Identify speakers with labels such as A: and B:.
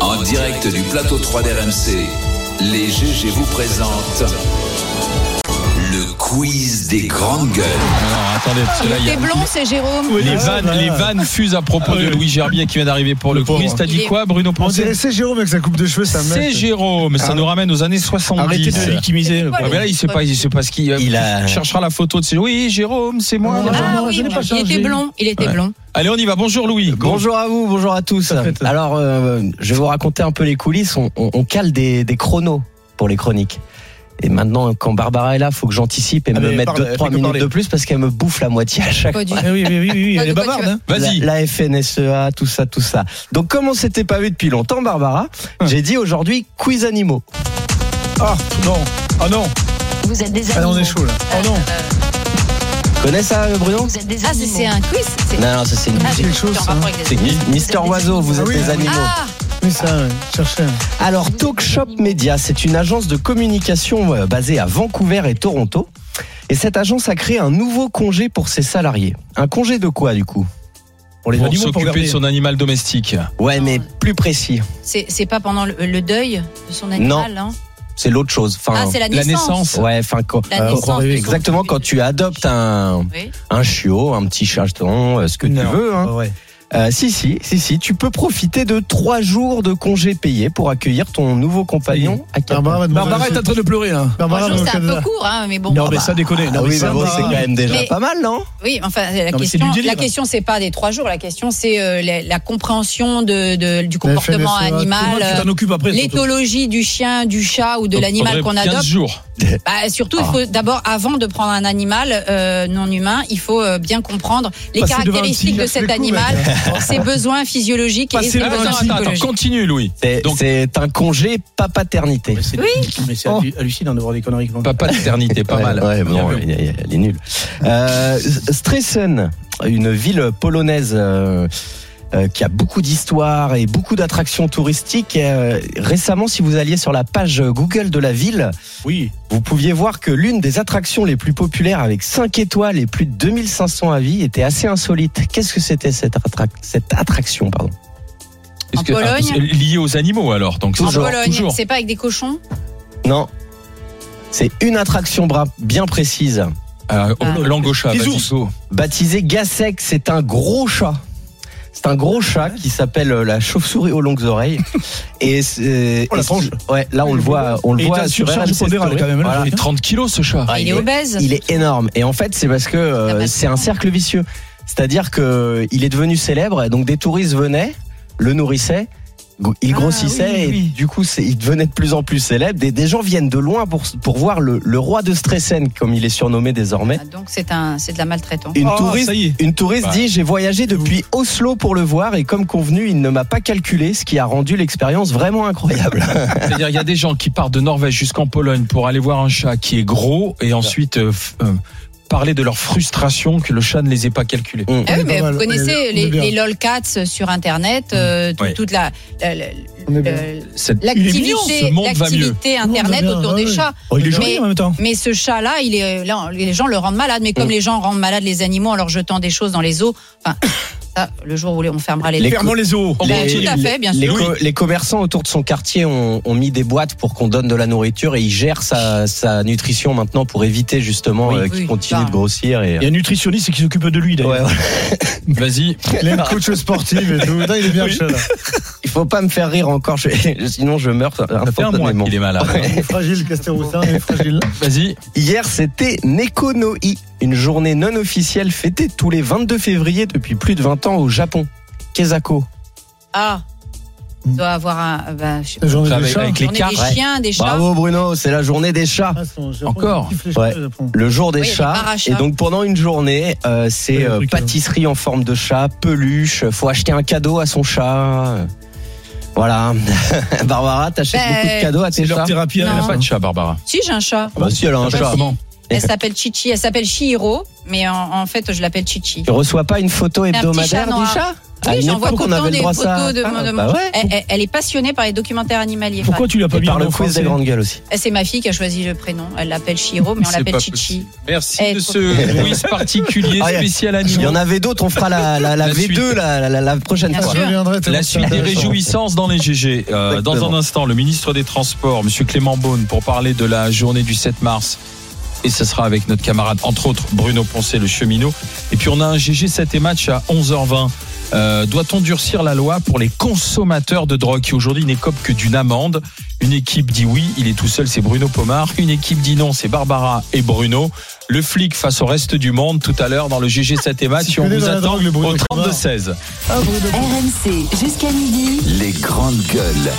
A: En direct du plateau 3 d'RMC, les GG vous présentent le quiz des grandes gueules.
B: Alors, attendez, parce que là, il y
C: T'es
B: a-
C: blond, c'est Jérôme.
D: Ah,
B: les vannes, les vannes fusent à propos de Louis Gerbier qui vient d'arriver pour le quiz. T'as
C: Il
B: dit
C: est-
B: quoi, Bruno
D: On
B: Poncet
D: dirait c'est Jérôme avec sa coupe de cheveux, ça Ah.
B: C'est Jérôme, ça nous ramène aux années 70.
D: Arrêtez de
B: victimiser.
C: le pauvre.
B: mais là, il sait pas, il sait pas ce qu'il.
E: Il a-
B: il cherchera la photo de ses. Oui, Jérôme, c'est moi.
D: Ah,
C: Ah
D: non,
C: oui,
D: je n'ai pas
C: il
D: changé.
C: était blond. Il était
B: Ouais.
C: blond.
B: Allez, on y va. Bonjour Louis.
E: Bonjour à vous, bonjour à tous.
D: fait.
E: Alors, euh, je vais vous raconter un peu les coulisses. On, on- on cale des, des chronos pour les chroniques. Et maintenant, quand Barbara est là, faut que j'anticipe et
D: Ah,
E: me
D: mais
E: mettre
D: parle,
E: 2-3
D: fais-nous
E: minutes
D: parler.
E: de plus parce qu'elle me bouffe la moitié à chaque
C: Pas du
E: fois.
C: tout.
D: Eh Oui, oui, oui, oui,
C: Pas
D: elle
C: de
D: est
C: quoi
D: bavarde.
C: tu veux.
D: hein.
B: Vas-y.
E: La, la FNSEA, E tout ça, tout ça. Donc, comme on s'était pas vu depuis longtemps, Barbara,
D: Hein.
E: j'ai dit aujourd'hui quiz animaux.
D: Ah non, ah non,
F: Vous êtes des
D: ah non,
F: animaux.
D: on est chaud là. Oh non,
E: Tu Connais ça, euh, Bruno
F: Vous êtes des
C: Ah, c'est-
F: animaux.
C: c'est un quiz. c'est-
E: Non, non, ça c'est une.
C: Ah,
D: c'est
C: j'ai
D: quelque chose,
C: en
D: ça,
C: rapport avec les
E: C'est
C: animaux.
E: Mi- Mister
C: Vous êtes des
E: Oiseau, vous
D: Ah
E: êtes
D: oui,
E: des
D: ah oui.
E: animaux.
C: Ah,
D: mais ça, ouais, cherchez.
E: Alors, Talk Shop Media, c'est une agence de communication euh, basée à Vancouver et Toronto. Et cette agence a créé un nouveau congé pour ses salariés. Un congé de quoi, du coup Pour les
B: Pour
E: animaux, pour
B: s'occuper de
E: garder-
B: son animal domestique.
E: Ouais, mais plus précis.
C: c'est c'est pas pendant le, le deuil de son animal. hein.
E: C'est l'autre chose. Enfin,
C: Ah, c'est la
B: La
C: naissance.
B: naissance.
E: Ouais, enfin, quand-
C: La
E: euh,
C: naissance de son-
E: exactement quand tu adoptes un,
C: Oui.
E: un chiot, un petit chaton, euh, ce que tu
D: Non.
E: veux. hein.
D: Ah, ouais.
E: Euh, si, si, si, si, tu peux profiter de trois jours de congé payés pour accueillir ton nouveau compagnon à Cap-
D: Barbara va demander
G: Barbara est en train de pleurer là.
D: Barbara
C: Moi, je
D: va
C: trouve
D: au
C: que c'est un
D: Canada.
C: peu court, hein, mais bon.
G: Non mais
E: bah.
G: ça déconne.
E: Ah
G: Non,
E: oui,
G: mais ça,
E: mais bon, c'est
D: Barbara.
E: quand même déjà
C: Mais-
E: pas mal, non
C: Oui, enfin, la
G: Non, mais c'est
C: question,
G: du délire.
C: la question, c'est pas des trois jours. La question, c'est euh, la, la compréhension de, de- du comportement
D: FNSEA,
G: Comment
C: animal,
G: tu
C: euh,
G: t'en occupes après. surtout
C: l'éthologie du chien, du chat ou de
B: Donc,
C: l'animal
B: faudrait
C: qu'on
B: 15
C: adopte.
B: jours.
C: Bah, surtout, il faut d'abord, avant de prendre un animal euh, non humain, il faut euh, bien comprendre les
D: Passer devant un
C: caractéristiques
D: psy,
C: de
D: lâche les
C: cet
D: coups,
C: animal, ses besoins physiologiques et
B: Passer
C: ses
B: le-
C: besoins
B: attends, attends, attends,
C: psychologiques.
B: continue Louis.
E: C'est
B: Donc-
E: c'est un congé pas paternité.
G: Oh, Mais c'est mais c'est hallu- hallucinant de voir des conneries. comme ça.
B: Papa d'éternité, pas
E: Ouais,
B: mal.
E: ouais, bon,
B: Bien vu.
E: elle, est- elle est nulle. Euh, Stresen, une ville polonaise euh, euh, qui a beaucoup d'histoire et beaucoup d'attractions touristiques. Euh, récemment, si vous alliez sur la page Google de la ville,
G: Oui.
E: vous pouviez voir que l'une des attractions les plus populaires avec 5 étoiles et plus de 2500 avis était assez insolite. Qu'est-ce que c'était cette, attrac- cette attraction pardon
B: Est-ce
C: En Pologne.
B: c'est lié aux animaux alors. Donc
C: En
B: toujours,
C: Pologne,
B: toujours.
C: c'est pas avec des cochons
E: Non. C'est une attraction bra- bien précise.
B: Euh,
E: Ah.
B: Langocha,
G: Des
B: vas-y,
G: ours.
B: go.
E: Baptisé Gasek, c'est un gros chat. C'est un gros chat qui s'appelle euh, la chauve-souris aux longues oreilles. Et, c'est-
G: Oh, la
E: et-
G: tranche.
E: ouais, là on le voit, on le
G: Et il est
E: voit
G: en
E: sur
G: surcharge
E: RMC
G: pondérale,
E: Story.
G: quand même, hein.
E: Voilà.
B: Il fait 30 kilos ce chat.
E: Ah,
C: Il est
E: il est-
C: obèse.
E: Il est énorme. Et en fait, c'est parce que euh,
C: Ça passe
E: c'est un
C: pas.
E: cercle vicieux. C'est-à-dire que il est devenu célèbre. Donc des touristes venaient, le nourrissaient. go- Il
G: Ah,
E: grossissait
G: oui, oui.
E: et du coup, c'est- il devenait de plus en plus célèbre. Des, des gens viennent de loin pour, pour voir le, le roi de Stresen, comme il est surnommé désormais.
C: Ah, Donc c'est un, c'est de la maltraitance.
E: Une
G: Ah,
E: touriste
G: Ça y est.
E: une touriste
B: Bah.
E: dit j'ai voyagé depuis Oslo pour le voir et comme convenu il ne m'a pas calculé ce qui a rendu l'expérience vraiment incroyable.
B: C'est-à-dire, il y a des gens qui partent de Norvège jusqu'en Pologne pour aller voir un chat qui est gros et ensuite euh, f- euh, parler de leur frustration que le chat ne les ait pas calculés.
C: Ah oui,
D: On est
C: mais
D: pas
C: vous
D: mal, on est-
C: connaissez
D: on
C: les,
D: est bien.
C: les lolcats sur Internet, euh, tout-
B: Ouais.
C: toute la, la- la-
D: On est bien.
C: euh,
B: Cette- Il est mignon,
C: l'activité,
B: ce monde va mieux.
C: l'activité
D: monde va
C: Internet
D: bien,
C: autour
D: ah
C: des
D: oui.
C: chats.
G: Oh, il est
C: Mais-
G: joli en même temps.
C: Mais ce chat-là, il est euh, là, les gens le rendent malade. Mais comme
E: Mm.
C: les gens rendent malade les animaux en leur jetant des choses dans les eaux, enfin, ça, le jour où les- on fermera les,
E: Les
G: Fermons les eaux.
C: Ben, tout à fait, bien
E: les,
C: sûr.
E: co- les commerçants autour de son quartier ont, ont mis des boîtes pour qu'on donne de la nourriture et il gère sa, sa nutrition maintenant pour éviter justement
C: Oui,
E: euh,
C: oui, Bah.
E: qu'il
C: c'est
E: continue
C: ça.
E: de grossir. Et... euh,
G: Il y a un nutritionniste qui s'occupe de lui d'ailleurs.
E: Ouais, ouais.
B: Vas-y.
D: Il est coach sportif et tout. Non, il est bien le chat là.
E: Il faut pas me faire rire encore, je- sinon je meurs
B: Ça fait un mois
E: instantanément.
B: qu'il est malade.
D: Il est fragile, Casteroussa, il est fragile.
B: Vas-y.
E: Hier, c'était Nekonoi, une journée non officielle fêtée tous les 22 février depuis plus de 20 ans au Japon. Kezako.
C: Ah, il doit avoir un. ben, je sais pas.
D: La journée des
B: Avec,
D: chats.
B: avec les
C: On est
B: cartes.
C: des chiens, des chats.
E: Bravo Bruno, c'est la journée des chats.
D: Ah, son- Japon,
B: Encore.
D: il kiffe les chats,
E: Ouais.
D: le Japon.
E: Le jour des
C: Oui, il y a des
E: chats.
C: barachats.
E: Et donc pendant une journée, euh,
D: Ouais,
E: c'est
D: le
E: euh,
D: truc, là.
E: pâtisserie en forme de chat, peluche. Faut acheter un cadeau à son chat. Euh, Voilà. Barbara, t'achètes
C: Ben,
E: beaucoup de cadeaux à tes
G: C'est leur
E: chats.
G: thérapie.
B: Elle
G: à
B: n'a
C: Non.
B: pas de chat, Barbara.
C: Si, j'ai un chat.
E: Ah bah si, elle a un chat.
B: Comment
C: Elle s'appelle Chichi. Elle s'appelle Chihiro, mais en, en fait, je l'appelle Chichi.
E: Tu reçois pas une photo
C: C'est un petit chat
E: hebdomadaire du
C: noir.
E: chat À une
C: Oui, j'en
E: époque,
C: vois
E: on
C: qu'autant
E: avait le
C: des
E: droit à
C: photos
E: ça.
C: de
E: Ah,
C: mon- de mon-
E: bah ouais.
C: Elle, elle- elle est passionnée par les documentaires animaliers.
G: Pourquoi tu l'as pas
E: Et
G: mis
E: par
G: en
E: le
G: nom
E: quiz des
G: français
E: grandes gueules aussi.
C: Enfin, C'est ma fille qui a choisi le prénom. Elle l'appelle Chiro, mais on
B: C'est
C: l'appelle
B: pas
C: Chichi.
B: possible. Merci
C: Eh,
B: de
C: faut-
B: ce quiz particulier
E: Ah, y a-
B: spécial
E: Il y
B: animaux.
E: en avait d'autres, on fera la, la, la
B: La suite.
E: V2 la, la, la prochaine
C: Bien
E: fois.
C: sûr.
D: reviendrai tellement
B: La
D: c'est
B: suite des
D: intéressant.
B: réjouissances dans les GG. Euh,
E: Exactement.
B: dans un instant, le ministre des Transports, Monsieur Clément Beaune, pour parler de la journée du 7 mars. Et ce sera avec notre camarade, entre autres, Bruno Poncet, le cheminot. Et puis on a un GG 7 et match à 11h20. Euh, Doit-on durcir la loi pour les consommateurs de drogue qui aujourd'hui n'écopent que d'une amende Une équipe dit oui, il est tout seul, c'est Bruno Pomar. Une équipe dit non, c'est Barbara et Bruno. Le flic face au reste du monde tout à l'heure dans le GG 7 et match. Et on
D: connaît
B: vous
D: dans la
B: attend
D: drogue, le Bruno
B: au
D: Pomar.
B: 32-16.
F: RMC jusqu'à midi.
A: Les grandes gueules.